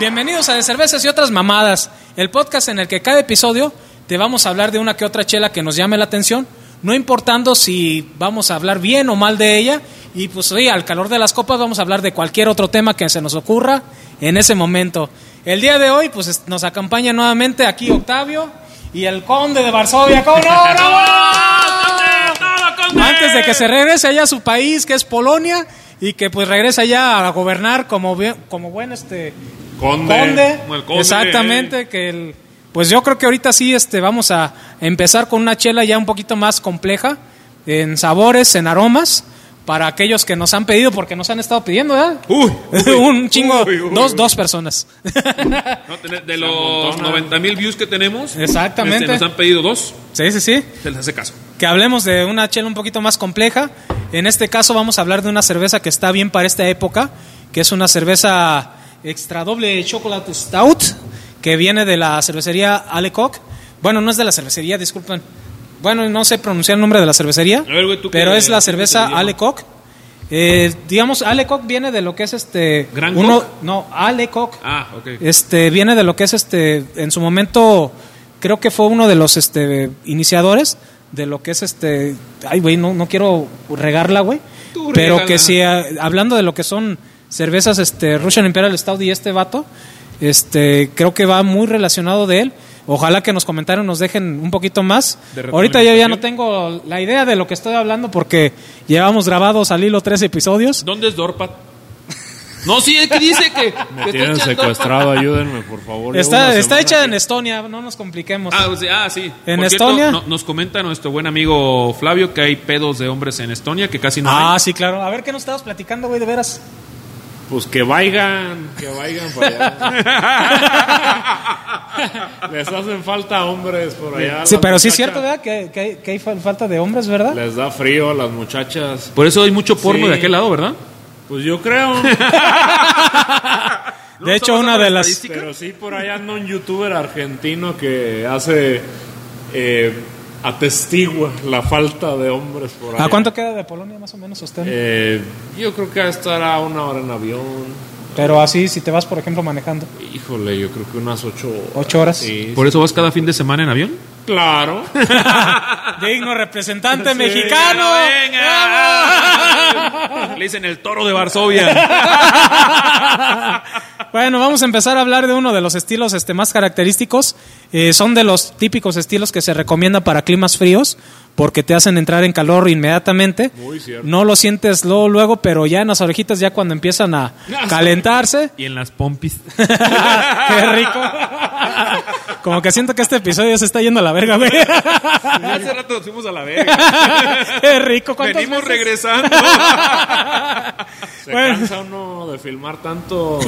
Bienvenidos a De Cervezas y otras mamadas, el podcast en el que cada episodio te vamos a hablar de una que otra chela que nos llame la atención, no importando si vamos a hablar bien o mal de ella, y pues oye, al calor de las copas vamos a hablar de cualquier otro tema que se nos ocurra en ese momento. El día de hoy, pues es- nos acompaña nuevamente aquí Octavio y el Conde de Varsovia. ¡Cómo no! ¡Bravo! Antes de que se regrese allá a su país, que es Polonia, y que pues regrese allá a gobernar como, bien- como buen este Conde. Conde, Como el conde. exactamente, que el, pues yo creo que ahorita sí este, vamos a empezar con una chela ya un poquito más compleja en sabores, en aromas, para aquellos que nos han pedido, porque nos han estado pidiendo, ¿verdad? Uy, uy, un chingo, uy, uy, dos, uy. dos personas. No, ten- de los 90 mil views que tenemos, Exactamente. este, nos han pedido dos, sí, sí, sí. se les hace caso. que hablemos de una chela un poquito más compleja. En este caso vamos a hablar de una cerveza que está bien para esta época, que es una cerveza extra doble chocolate stout, que viene de la cervecería Alecock. Bueno, no es de la cervecería, disculpen. Bueno, no sé pronunciar el nombre de la cervecería, ver, güey, tú pero que- es la tú que te cerveza digo. Alecock. Eh, digamos, Alecock viene de lo que es este... ¿Gran uno, Cock? No, Alecock. Ah, ok. Este viene de lo que es este en su momento creo que fue uno de los este iniciadores de lo que es este ay güey no, no quiero regarla güey Tú pero regala. que sí a- hablando de lo que son cervezas este Russian Imperial Stout y este vato este creo que va muy relacionado de él ojalá que nos comentaron nos dejen un poquito más De ahorita yo ya retroalimentación. no tengo la idea de lo que estoy hablando porque llevamos grabados al hilo tres episodios ¿Dónde es Dorpat? No, sí, es que dice que. Me tienen secuestrado, ayúdenme, por favor. Llevo está una está semana hecha en que- Estonia no nos compliquemos Ah, o sea, ah, sí. ¿En Por cierto, Estonia? no- nos comenta nuestro buen amigo Flavio que hay pedos de hombres en Estonia que casi no. Ah, hay. sí, claro. A ver, ¿qué nos estabas platicando, güey, de veras? Pues que vayan, que vayan para allá. Les hacen falta hombres por allá. Sí, Las pero sí es muchachas- cierto, ¿verdad? Que, que hay, que hay fal- falta de hombres, ¿verdad? Les da frío a las muchachas. Por eso hay mucho porno Sí. de aquel lado, ¿verdad? Pues yo creo. de hecho, una de las... Pero sí, por allá anda un youtuber argentino que hace. eh, atestigua la falta de hombres por allá. ¿A cuánto queda de Polonia, más o menos, usted? Eh, yo creo que estará una hora en avión. pero así, si te vas, por ejemplo, manejando. Híjole, yo creo que unas ocho horas. ¿Ocho horas? Sí, Por eso vas cada fin de semana en avión. claro. Digno representante Sí. mexicano. Ah. ¡Venga! Le dicen el toro de Varsovia. Bueno, vamos a empezar a hablar de uno de los estilos este, más característicos. Eh, son de los típicos estilos que se recomienda para climas fríos, porque te hacen entrar en calor inmediatamente. Muy cierto. No lo sientes luego, luego, pero ya en las orejitas, ya cuando empiezan a Ah, calentarse, Y en las pompis. Qué rico. Como que siento que este episodio se está yendo a la verga, güey. Hace rato nos fuimos a la verga. Qué rico. ¿Cuántas Venimos veces? regresando. Se Bueno. cansa uno de filmar tanto.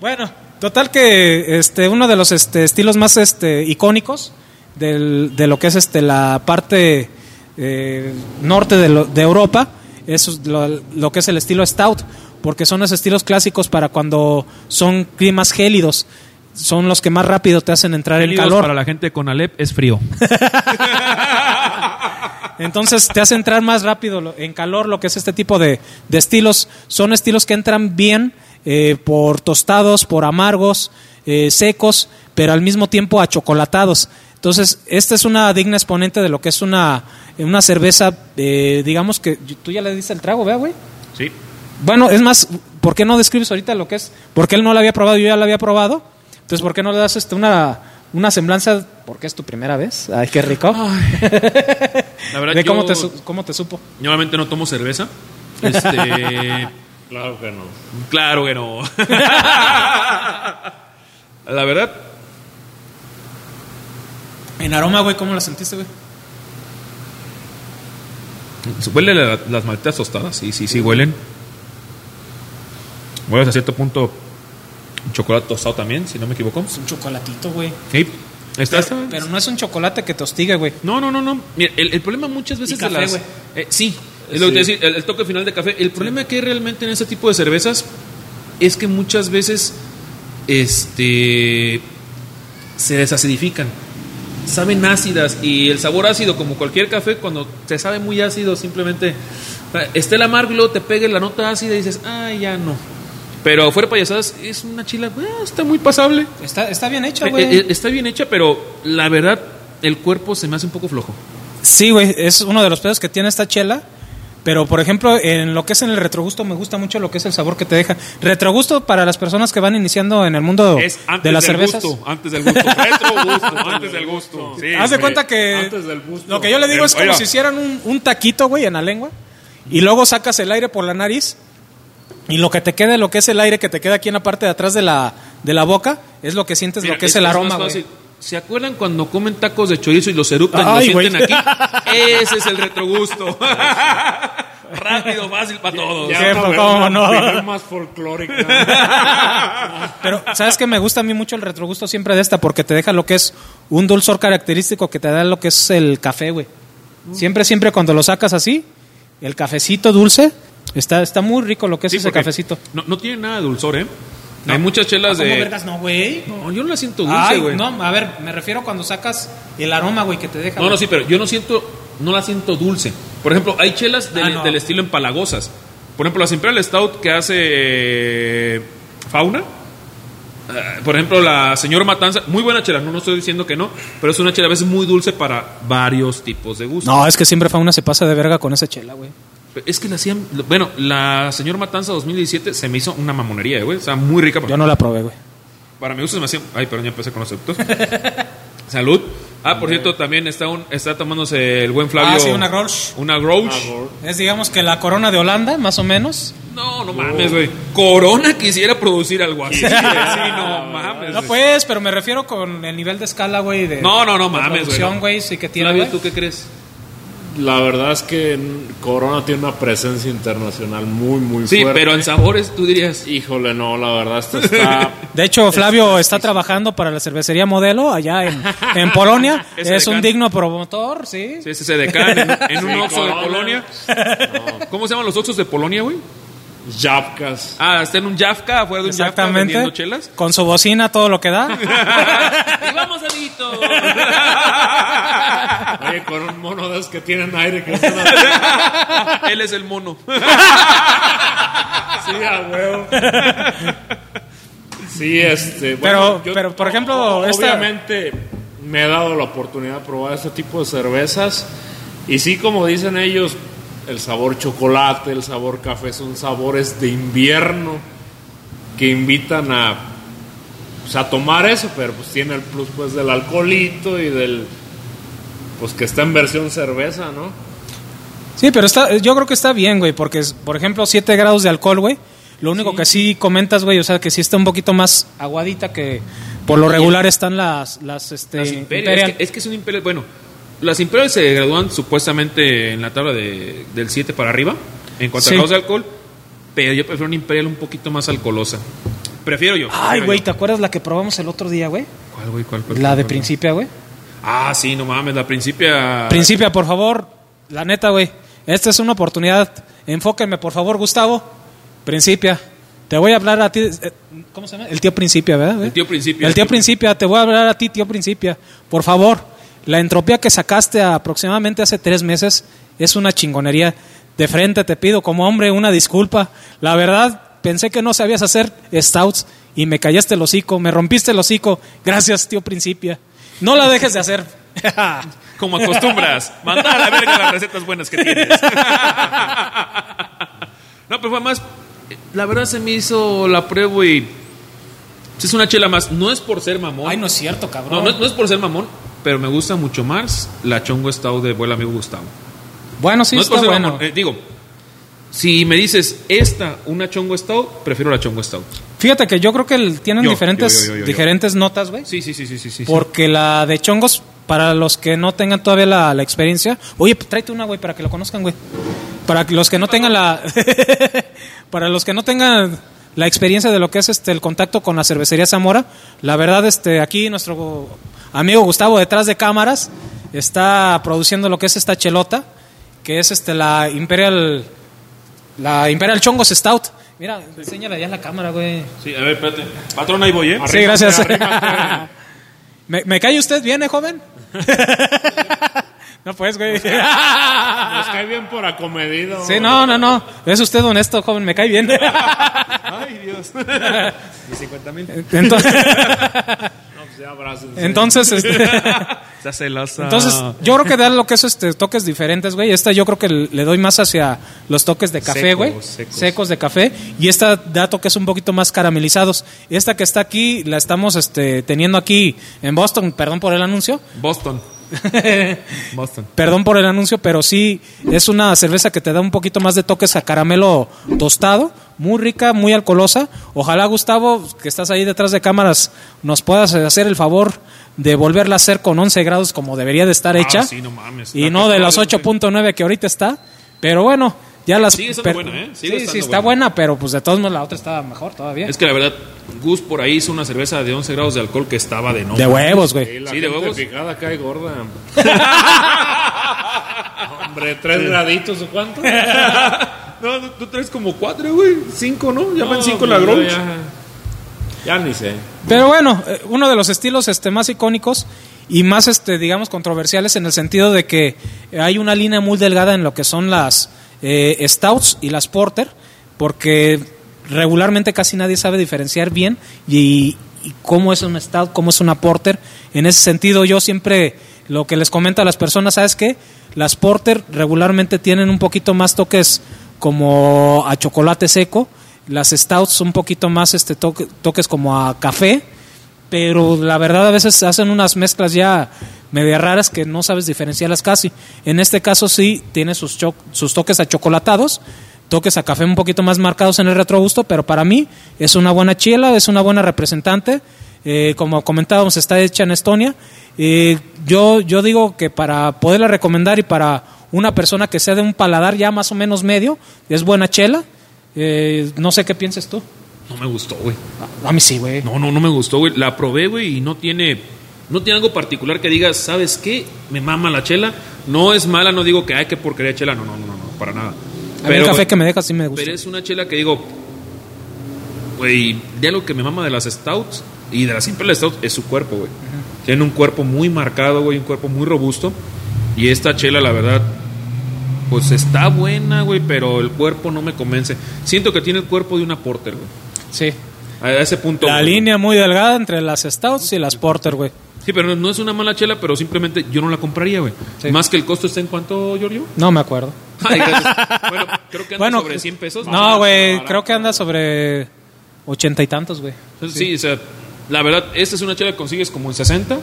Bueno, total que este uno de los este, estilos más este icónicos del- de lo que es este la parte eh, norte de, lo- de Europa es lo, lo que es el estilo stout, porque son los estilos clásicos para cuando son climas gélidos, son los que más rápido te hacen entrar Gélidos en calor. Para la gente con Alep es frío. Entonces te hace entrar más rápido lo- en calor lo que es este tipo de, de estilos. Son estilos que entran bien eh, por tostados, por amargos, eh, secos, pero al mismo tiempo achocolatados. Entonces, esta es una digna exponente de lo que es una, una cerveza, eh, digamos que tú ya le diste el trago, vea, güey. Sí. Bueno, es más, ¿por qué no describes ahorita lo que es? Porque él no la había probado, yo ya la había probado. Entonces, ¿por qué no le das este, una, una semblanza? Porque es tu primera vez. Ay, qué rico. La verdad, de yo cómo, te, su- cómo te supo. normalmente no tomo cerveza. Este, Claro que no. claro que no. la verdad, En aroma, güey, ¿cómo la sentiste, güey? huele la- las malteas tostadas. Sí, sí, sí, huelen. Huelen a cierto punto un chocolate tostado también, si no me equivoco. Es un chocolatito, güey. Sí. Está, está. Pero no es un chocolate que te hostiga, güey. No, no, no, no. Mira, el, el problema muchas veces Y café, de las. güey. Eh, sí, es lo que te decía, el, el toque final de café. El problema que hay realmente en este tipo de cervezas es que muchas veces este se desacidifican. Saben ácidas y el sabor ácido, como cualquier café, cuando te sabe muy ácido, simplemente o sea, esté el amargo y luego te pegue la nota ácida y dices, ay, "Ah, ya no. Pero fuera de payasadas, es una chila, güey, ah, está muy pasable. Está, está bien hecha, Eh, güey. eh, está bien hecha, pero la verdad, el cuerpo se me hace un poco flojo. Sí, güey, es uno de los pedos que tiene esta chela. Pero, por ejemplo, en lo que es en el retrogusto, me gusta mucho lo que es el sabor que te deja. Retrogusto para las personas que van iniciando en el mundo Es antes de las del cervezas. gusto, antes del gusto. Retro gusto, antes del gusto. Sí, Haz de güey. cuenta que. Antes del gusto. Lo que yo le digo El- es como Eh, oiga. si hicieran un, un taquito, güey, en la lengua. Y luego sacas el aire por la nariz. Y lo que te quede, lo que es el aire que te queda aquí en la parte de atrás de la, de la boca, es lo que sientes, Mira, lo que es esto el más aroma, güey. fácil. ¿Se acuerdan cuando comen tacos de chorizo y los eructan y Ay, lo güey. sienten aquí? Ese es el retrogusto. Rápido, fácil para todos. Ya, una pues, versión- ¿cómo no? versión más folclórica. Pero, ¿sabes que Me gusta a mí mucho el retrogusto siempre de esta, porque te deja lo que es un dulzor característico que te da lo que es el café, güey. Siempre, siempre cuando lo sacas así, el cafecito dulce, está, está muy rico lo que es Sí, ese porque cafecito. No, no tiene nada de dulzor, ¿eh? Hay muchas chelas de... no, güey? No, yo no la siento dulce, Ay, güey. No, no, a ver, me refiero cuando sacas el aroma, güey, que te deja. no, güey. sí, pero yo no siento... No la siento dulce. Por ejemplo, hay chelas del, Ah, no. del estilo empalagosas. Por ejemplo, la Imperial Stout que hace eh, Fauna. Eh, Por ejemplo, la señor Matanza, muy buena chela, no, no estoy diciendo que no, pero es una chela a veces muy dulce para varios tipos de gusto. No, es que siempre Fauna se pasa de verga con esa chela, güey. Es que la hacían. Bueno, la señor Matanza 2017 se me hizo una mamonería, eh, güey. O sea, muy rica. Para, Yo no la probé, güey. para mi gusto se me hacía. Ay, perdón, ya empecé con los eructos. Salud. Ah, por cierto, también está un, está tomándose el buen Flavio. Ah, sí, una Grolsch. Una Grolsch. Es, digamos, que la corona de Holanda, más o menos. No, no mames, güey. Corona quisiera producir algo así. güey. Sí, no mames. No, pues, pero me refiero con el nivel de escala, güey. De, No, no, no de mames, güey, producción, no. güey, sí que tiene. Ah, Flavio, güey. ¿tú qué crees? La verdad es que Corona tiene una presencia internacional muy, muy Sí, fuerte. pero en sabores tú dirías. Híjole, no, la verdad, esto está. De hecho, Flavio está trabajando para la cervecería Modelo allá en, en Polonia. Es es decano. un digno promotor, sí. Sí, sí, se decan en, en un Sí, Oxxo de Corona. Polonia. ¿Cómo se llaman los Oxxos de Polonia, güey? Yapkas. Ah, está en un Jafka, afuera de un Jafka vendiendo Exactamente. chelas. Con su bocina, todo lo que da. y vamos, Adito. Oye, con un mono de esos que tienen aire que están así, Él es el mono. a huevo. Sí, este. Pero- pero, por ejemplo, o- esta- Obviamente, me he dado la oportunidad de probar este tipo de cervezas. Y sí, como dicen ellos, el sabor chocolate, el sabor café son sabores de invierno que invitan a. pues, a tomar eso, pero pues tiene el plus pues del alcoholito y del. Pues que está en versión cerveza, ¿no? Sí, pero está, yo creo que está bien, güey, porque, es- por ejemplo, 7 grados de alcohol, güey. Lo único que sí comentas, güey, o sea, que sí está un poquito más aguadita que por lo regular están las, las, este, Las Imperial, Imperial. Es, que, es que es un Imperial. Bueno, las Imperial se gradúan supuestamente en la tabla de, del 7 para arriba, en cuanto Sí. a grados de alcohol. Pero yo prefiero una Imperial un poquito más alcoholosa. Prefiero yo. Ay, prefiero güey, yo. ¿te acuerdas la que probamos el otro día, güey? ¿Cuál, güey? ¿Cuál, La cuál, cuál, de cuál? Principia, güey. Ah, sí, no mames, la Principia. Principia, por favor, la neta, güey. Esta es una oportunidad. Enfóquenme, por favor, Gustavo. Principia. Te voy a hablar a ti. eh, ¿Cómo se llama? El tío Principia, ¿verdad? güey? El tío Principia. El tío Principia. Te voy a hablar a ti, tío Principia. Por favor, la entropía que sacaste aproximadamente hace tres meses es una chingonería. De frente te pido, como hombre, una disculpa. La verdad, pensé que no sabías hacer stouts y me callaste el hocico, me rompiste el hocico. Gracias, tío Principia. No la dejes de hacer. Como acostumbras, mandar a la verga las recetas buenas que tienes. no, pero fue más. La verdad se me hizo la prueba y. pues, Es una chela más. No es por ser mamón. Ay, no es cierto, cabrón. No, no, es- no es por ser mamón, pero me gusta mucho más la chongo estado de buen amigo Gustavo. Bueno, sí, no es está por ser bueno. mamón, eh, digo, si me dices esta, una chongo estado, prefiero la chongo estado. Fíjate que yo creo que el- tienen Yo, diferentes, yo, yo, yo, yo. diferentes notas, güey. Sí, sí, sí, sí, sí, sí. porque la de chongos, para los que no tengan todavía la, la experiencia, oye, pues, tráete una, güey, para que lo conozcan, güey. Para que los que no tengan la. para los que no tengan la experiencia de lo que es este el contacto con la cervecería Zamora, la verdad, este, aquí nuestro amigo Gustavo detrás de cámaras está produciendo lo que es esta chelota, que es este la Imperial. La Imperial Chongos Stout. Mira, enséñala ya en la cámara, güey. Sí, a ver, espérate. Patrón, ahí voy, ¿eh? Sí, gracias. Arrímate, arrímate. ¿Me, me cae usted bien, eh, joven? No puedes, güey. Nos cae bien por acomedido. Sí, no, no, no. Es usted honesto, joven, me cae bien. Ay, Dios. Mis 50 mil. Entonces, No, pues ya abrácense. entonces, este, Está celosa. entonces yo creo que dar lo que es este, toques diferentes, güey. Esta yo creo que le doy más hacia los toques de café, Secos, güey. secos. Secos de café. Y esta da toques un poquito más caramelizados. Esta que está aquí, la estamos este, teniendo aquí en Boston, perdón por el anuncio. Boston. Boston. Perdón por el anuncio, pero sí es una cerveza que te da un poquito más de toques a caramelo tostado, muy rica, muy alcoholosa. Ojalá Gustavo, que estás ahí detrás de cámaras, nos puedas hacer el favor de volverla a hacer con 11 grados como debería de estar hecha. Ah, sí, no mames. y Está no de pesada, los güey. 8.9 que ahorita está, pero bueno, ya las Sigue estando per- buena, ¿eh? Sigue Sí, sí, estando está buena, pero pues de todos modos la otra estaba mejor todavía. Es que la verdad, Gus por ahí hizo una cerveza de 11 grados de alcohol que estaba de no. de huevos, Sí, güey. la Sí, de gente huevos. picada cae gorda. Hombre, tres graditos o cuánto. No, no, tú traes como 4, güey. 5, ¿no? Ya van No, 5 la pues, Grouch. Ya, ya ni sé. Pero bueno, eh, uno de los estilos este, más icónicos y más, este, digamos, controversiales en el sentido de que hay una línea muy delgada en lo que son las eh, stouts y las porter, porque regularmente casi nadie sabe diferenciar bien y, y cómo es un stout, cómo es una porter. En ese sentido, yo siempre lo que les comento a las personas, ¿sabes qué? Las porter regularmente tienen un poquito más toques como a chocolate seco, las stouts un poquito más este toque- toques como a café, pero la verdad a veces hacen unas mezclas ya media raras que no sabes diferenciarlas casi. En este caso sí tiene sus, cho- sus toques achocolatados, toques a café un poquito más marcados en el retrogusto, pero para mí es una buena chela, es una buena representante. Eh, como comentábamos, está hecha en Estonia. Eh, yo, yo digo que para poderla recomendar y para una persona que sea de un paladar ya más o menos medio, es buena chela. Eh, no sé qué pienses tú. No me gustó, güey. A mí sí, güey. No, no, no me gustó, güey. La probé, güey, y no tiene. No tiene algo particular que digas, ¿sabes qué? Me mama la chela. No es mala, no digo que hay que porquería de chela. No, no, no, no, no, para nada. A mí el café güey, que me deja sí me gusta. Pero es una chela que digo, güey, ya lo que me mama de las stouts y de las simple stouts es su cuerpo, güey. Tiene un cuerpo muy marcado, güey, un cuerpo muy robusto. Y esta chela, la verdad, pues está buena, güey, pero el cuerpo no me convence. Siento que tiene el cuerpo de una porter, güey. Sí. A ese punto. La güey. línea muy delgada entre las Stouts y las Porter, güey. Sí, pero no- no es una mala chela, pero simplemente yo no la compraría, güey. Sí. Más que el costo está en cuánto, Giorgio. No me acuerdo. Ay, gracias. bueno, creo que anda Bueno, sobre 100 pesos. más o No, menos. güey, barato. creo que anda sobre ochenta y tantos, güey. Sí, o sea, la verdad, esta es una chela que consigues como en 60.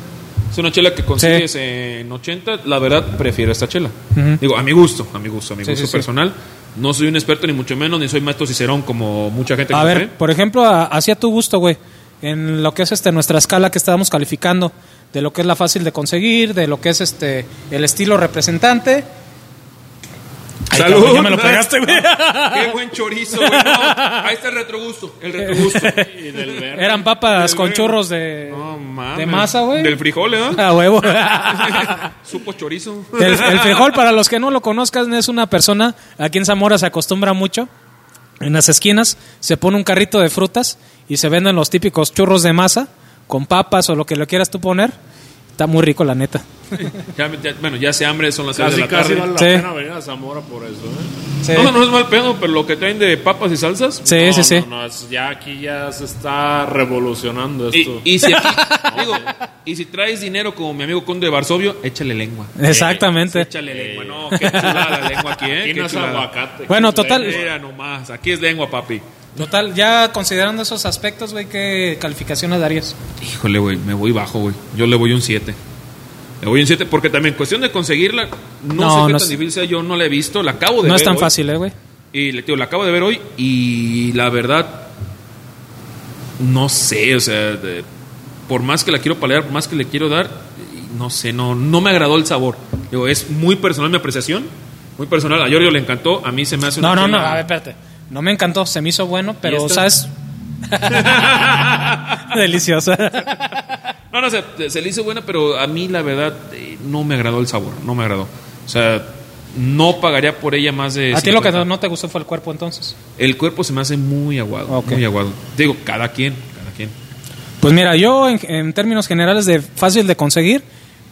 Es una chela que consigues en 80. La verdad, prefiero esta chela. Ujú. Digo, a mi gusto, a mi gusto, a mi Sí, gusto sí, sí. personal. No soy un experto, ni mucho menos, ni soy maestro cicerón como mucha gente A que ver, cree. por ejemplo, a- hacia tu gusto, güey, en lo que es este nuestra escala que estábamos calificando, de lo que es la fácil de conseguir, de lo que es este el estilo representante. Ay, ¡Salud! cabrón, ya me lo pegaste, güey. ¡Qué buen chorizo, güey! No, ahí está el retrogusto, el retrogusto. Y del verde. Eran papas Del con verde. churros de, No, mames. de masa, güey. Del frijol, ¿eh? A huevo. Supo chorizo. El, el frijol, para los que no lo conozcan, es una persona aquí en Zamora se acostumbra mucho. En las esquinas se pone un carrito de frutas y se venden los típicos churros de masa con papas o lo que lo quieras tú poner. Está muy rico, la neta. Ya, ya- bueno, ya se hambre, son las seis de Casi, la casi tarde. vale la Sí. pena venir a Zamora por eso, ¿eh? No, no es mal pedo, pero lo que traen de papas y salsas. Sí, No, sí, sí. no, no, es- ya aquí ya se está revolucionando esto. Y, y si aquí- digo, y si traes dinero como mi amigo Conde de Varsovio, échale lengua. Exactamente. Échale lengua. No, qué chulada la lengua aquí, ¿eh? Aquí Qué no es chulada. aguacate. Bueno, aquí es total. leche. Mira nomás, aquí es lengua, papi. Total, ya considerando esos aspectos, güey, ¿qué calificaciones darías? Híjole, güey, me voy bajo, güey. Yo le voy un 7. Le voy un 7 porque también cuestión de conseguirla, no, No, sé qué no tan es- difícil sea, yo no la he visto, la acabo Uh, de ver. No es tan hoy. fácil, eh, güey. Y le digo, la acabo de ver hoy y la verdad, no sé, o sea, de- por más que la quiero palear, por más que le quiero dar, y no sé, no, no me agradó el sabor. Digo, es muy personal mi apreciación, muy personal. A Giorgio le encantó, a mí se me hace No, una no, no, chela- a ver, espérate. No me encantó, se me hizo bueno, ¿Y pero, esta? ¿sabes? Deliciosa. No, no, se, se le hizo buena, pero a mí la verdad eh, no me agradó el sabor, no me agradó. O sea, no pagaría por ella más de... A ti lo que 50. no te gustó fue el cuerpo, entonces. El cuerpo se me hace muy aguado, Ok. muy aguado. Digo, cada quien, cada quien. Pues mira, yo en, en términos generales de fácil de conseguir,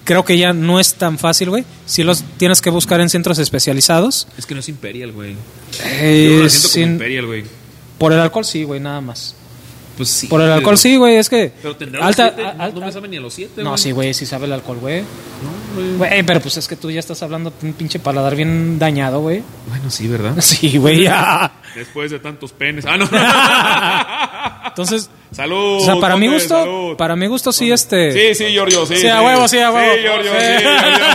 creo que ya no es tan fácil, güey. Si los tienes que buscar en centros especializados. Es que no es Imperial, güey. Eh, Yo lo siento sin- como Imperial, güey. por el alcohol sí, güey, nada más. Pues sí. Por el alcohol pero- sí, güey, es que... Pero tendrá alta, los siete. a- no alta- me saben ni a los siete, No, sí, güey, sí sabe el alcohol, güey. Güey, pero pues es que tú ya estás hablando de un pinche paladar bien dañado, güey. Bueno, sí, ¿verdad? Sí, güey, ya. Después de tantos penes. Ah, no. Entonces, salud. o sea, para mi hombre, gusto, Oh, salud. para mi gusto sí, este... Sí, sí, Giorgio, sí. Sí, a huevo, sí, a huevo. Sí, Giorgio, sí. Sí. Giorgio.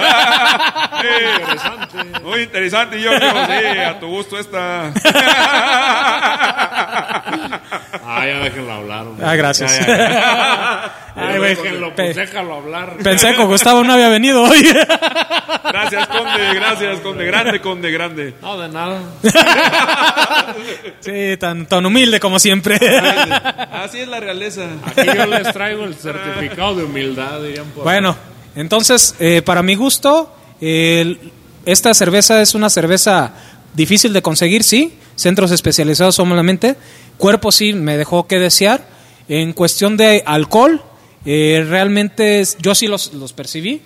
Sí. Interesante. Muy interesante, Giorgio, sí. A tu gusto esta. Ah, ya déjenlo hablar. hombre. Ah, gracias. Ya, ya, Ya Ay, güey, déjenlo, pe- pues déjalo hablar. Pensé que Gustavo no había venido hoy. Gracias, Conde, gracias, Conde. Grande, Conde, grande. No, de nada. Sí, tan, tan humilde como siempre. Así es la realeza. Aquí yo les traigo el certificado de humildad, dirían por Bueno, entonces, eh, para mi gusto, el- esta cerveza es una cerveza difícil de conseguir, sí. Centros especializados solamente. Cuerpo sí me dejó que desear. En cuestión de alcohol, eh, realmente es- yo sí los, los percibí.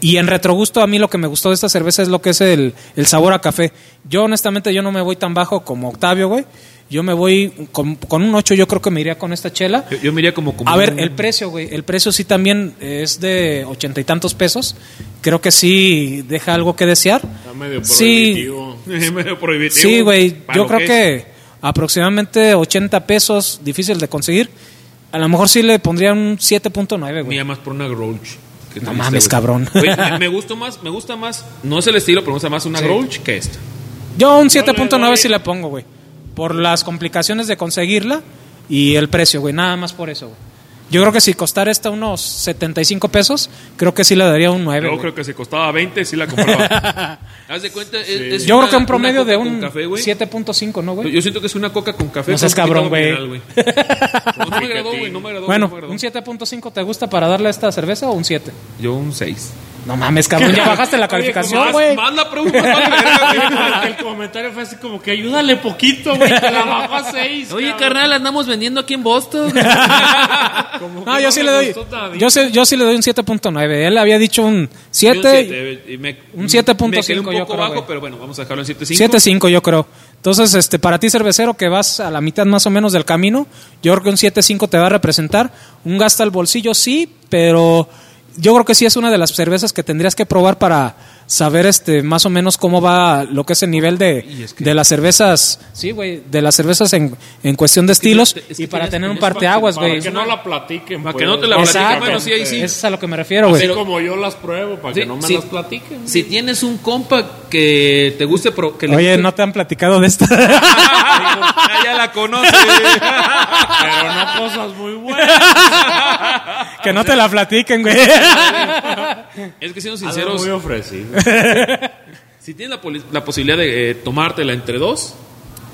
Y en retrogusto a mí lo que me gustó de esta cerveza es lo que es el, el sabor a café. Yo honestamente yo no me voy tan bajo como Octavio, güey. Yo me voy con, con un 8, yo creo que me iría con esta chela. Yo, yo me iría como. como A ver, un- el precio, güey. El precio sí también es de ochenta y tantos pesos. Creo que sí deja algo que desear. Está medio Sí, prohibitivo. medio prohibitivo. sí, güey. Para Yo lo creo es. que aproximadamente 80 pesos, difícil de conseguir. A lo mejor sí le pondría un 7.9, Me güey. llamas por una Grouch. que No triste, mames, güey. cabrón. Güey, me, me gustó más, me gusta más. No es el estilo, pero me gusta más una Sí. Grouch que esta. Yo un le 7.9 doy- sí la pongo, güey. Por las complicaciones de conseguirla y el precio, güey. Nada más por eso, güey. Yo creo que si costara esta unos 75 pesos, creo que sí le daría un 9. Yo güey. creo que si costaba 20, sí la compraba. Haz de cuenta. es- es Yo una- creo que un una promedio coca de con un café, güey. 7.5, ¿no, güey? Yo siento que es una coca con café. No seas con un cabrón, poquito de güey. mineral, No, no me agradó, güey. No me agradó. Bueno, no me agradó. ¿un 7.5 te gusta para darle a esta cerveza o un 7? Yo un 6. No mames, cabrón, ya bajaste la calificación, Más, güey. más la pregunta, más la verga, Porque el comentario fue así como que ayúdale poquito, güey, que la bajó a seis. güey. cabrón. andamos vendiendo aquí en Boston. Como que No, yo sí le me doy gustó todavía. yo, sí- yo sí le doy un 7.9. Él había dicho un Yo un 7, siete, eh, me- un 7.5 me quedé yo un poco creo, bajo, güey. pero bueno, vamos a dejarlo en 7.5. 7.5 yo creo. Entonces, este para ti cervecero que vas a la mitad más o menos del camino, yo creo que un 7.5 te va a representar un gasto al bolsillo sí, pero yo creo que sí es una de las cervezas que tendrías que probar para saber este más o menos cómo va lo que es el nivel de, Y es que- de las cervezas, sí, güey, de las cervezas en, en cuestión de estilos tienes- es que y para tienes- tener un tienes parteaguas, Para güey. que no la platiquen. Para que pues. no te la platiquen, Exacto. bueno, sí, ahí sí. Ah, Eso es a lo que me refiero, Así güey. como yo las pruebo, para que Sí, no me sí. las platiquen. Si tienes un compa que te guste, pro- que le Oye, guste- no te han platicado de esta. ya, ya la conoce. Pero no cosas muy buenas. que no te la platiquen, güey. es que siendo Algo sinceros, muy ofrecido. si tienes la, poli- la posibilidad de eh, tomártela entre dos,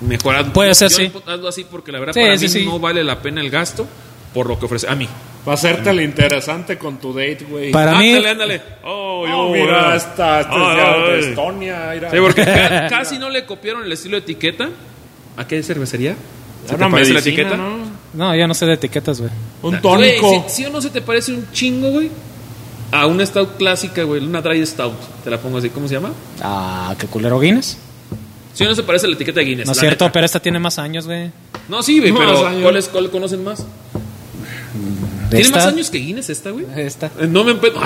mejor hazlo. Puede ser, sí. Hazlo así porque la verdad Sí, para sí, mí sí. no vale la pena el gasto por lo que ofrece. A mí. Para hacerte el interesante con tu date, güey. Para mí Ándale, ándale. Oh, Oh, yo, mira, bueno. esta, esta Ay, es de- de ay. Estonia. mira. Sí, porque ca- casi no le copiaron el estilo de etiqueta. ¿A qué cervecería? ¿Se Una te parece la medicina, etiqueta? ¿no? No, yo no sé de etiquetas, güey. Un Güey, tónico. si, si o no se te parece un chingo, güey. A una stout clásica, güey. Una dry stout. Te la pongo así. ¿Cómo se llama? Ah, qué culero Guinness. Si o no se parece a la etiqueta de Guinness. No es la cierto, neta. pero esta tiene más años, güey. No, sí, güey. No, pero o sea, yo- ¿cuáles cuál conocen más? De ¿Tiene esta- más años que Guinness esta, güey? Esta. Eh, No me empeño.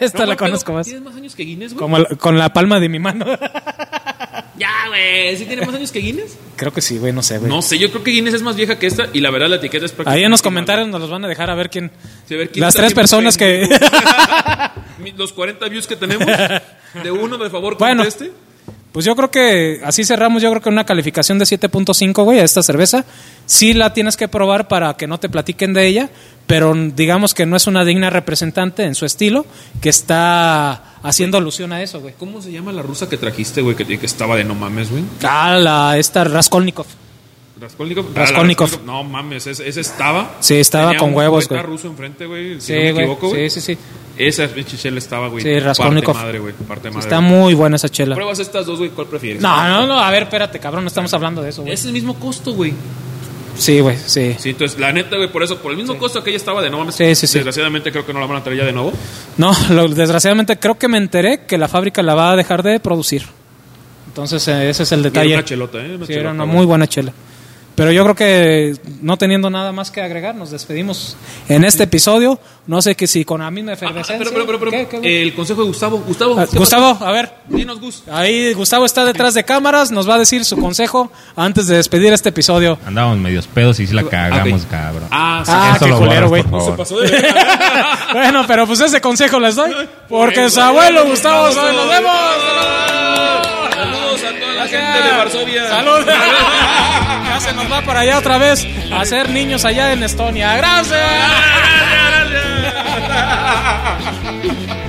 esta No, la güey, conozco pero más. ¿Tienes más años que Guinness, güey? Como la- con la palma de mi mano. Ya, güey. ¿Sí tiene más años que Guinness? creo que sí, güey, no sé, güey. No sé. Yo creo que Guinness es más vieja que esta. Y la verdad, la etiqueta es prácticamente. Ahí en los igual. comentarios nos los van a dejar a ver quién. Sí, a ver, ¿quién Las está tres bien personas que- pendejo? Los 40 views que tenemos. De uno, de favor, Bueno. conteste. Pues yo creo que así cerramos, yo creo que una calificación de 7.5, güey, a esta cerveza. Sí la tienes que probar para que no te platiquen de ella, pero digamos que no es una digna representante en su estilo, que está haciendo alusión a eso, güey. ¿Cómo se llama la rusa que trajiste, güey? Que, que estaba de no mames, güey. Ah, la, esta Raskolnikov. Raskolnikov. Ah, la Raskolnikov. No mames, ese, ese estaba. Sí, estaba Tenía con un huevos, poeta güey. ruso enfrente, güey. Si Sí, no me güey. equivoco, güey. sí, sí, sí. Esa pinche chela estaba, güey. Sí, Raskolnikov. Parte madre, güey. Parte madre. Está muy buena esa chela. Pruebas estas dos, güey. ¿Cuál prefieres? ¿Eh? No, no, no, a ver, espérate, cabrón, no estamos hablando de eso, güey. Es el mismo costo, güey. Sí, güey, sí. Sí, entonces, la neta, güey, por eso, por el mismo costo que ella estaba de no mames. Sí, sí, sí. Desgraciadamente creo que no la van a traer ya de nuevo. No, lo- desgraciadamente creo que me enteré que la fábrica la va a dejar de producir. Entonces, eh, ese es el Era detalle. una chelota, ¿eh? Sí, era una chelota, muy buena chela. Pero yo creo que no teniendo nada más que agregar, nos despedimos en este episodio. No sé que si con la misma Ah, ah, efervescencia. pero, pero, pero, pero, eh, ¿qué, qué, güey? el consejo de Gustavo. Gustavo, Ah, ¿qué Gustavo, a ver. pasa? Dinos, Gus. Ahí Gustavo está detrás de cámaras, nos va a decir su consejo antes de despedir este episodio. Andábamos medios pedos y sí la cagamos, ok. cabrón. Ah, sí. Ah, Eso qué lo culero, borras, güey. por No se favor. pasó de verga. bueno, pero pues ese consejo les doy porque su abuelo Gustavo Soy. Nos vemos. Saludos a toda la gente de Varsovia. Salud. ya se nos va para allá otra vez a hacer niños allá en Estonia. Gracias. Gracias, gracias.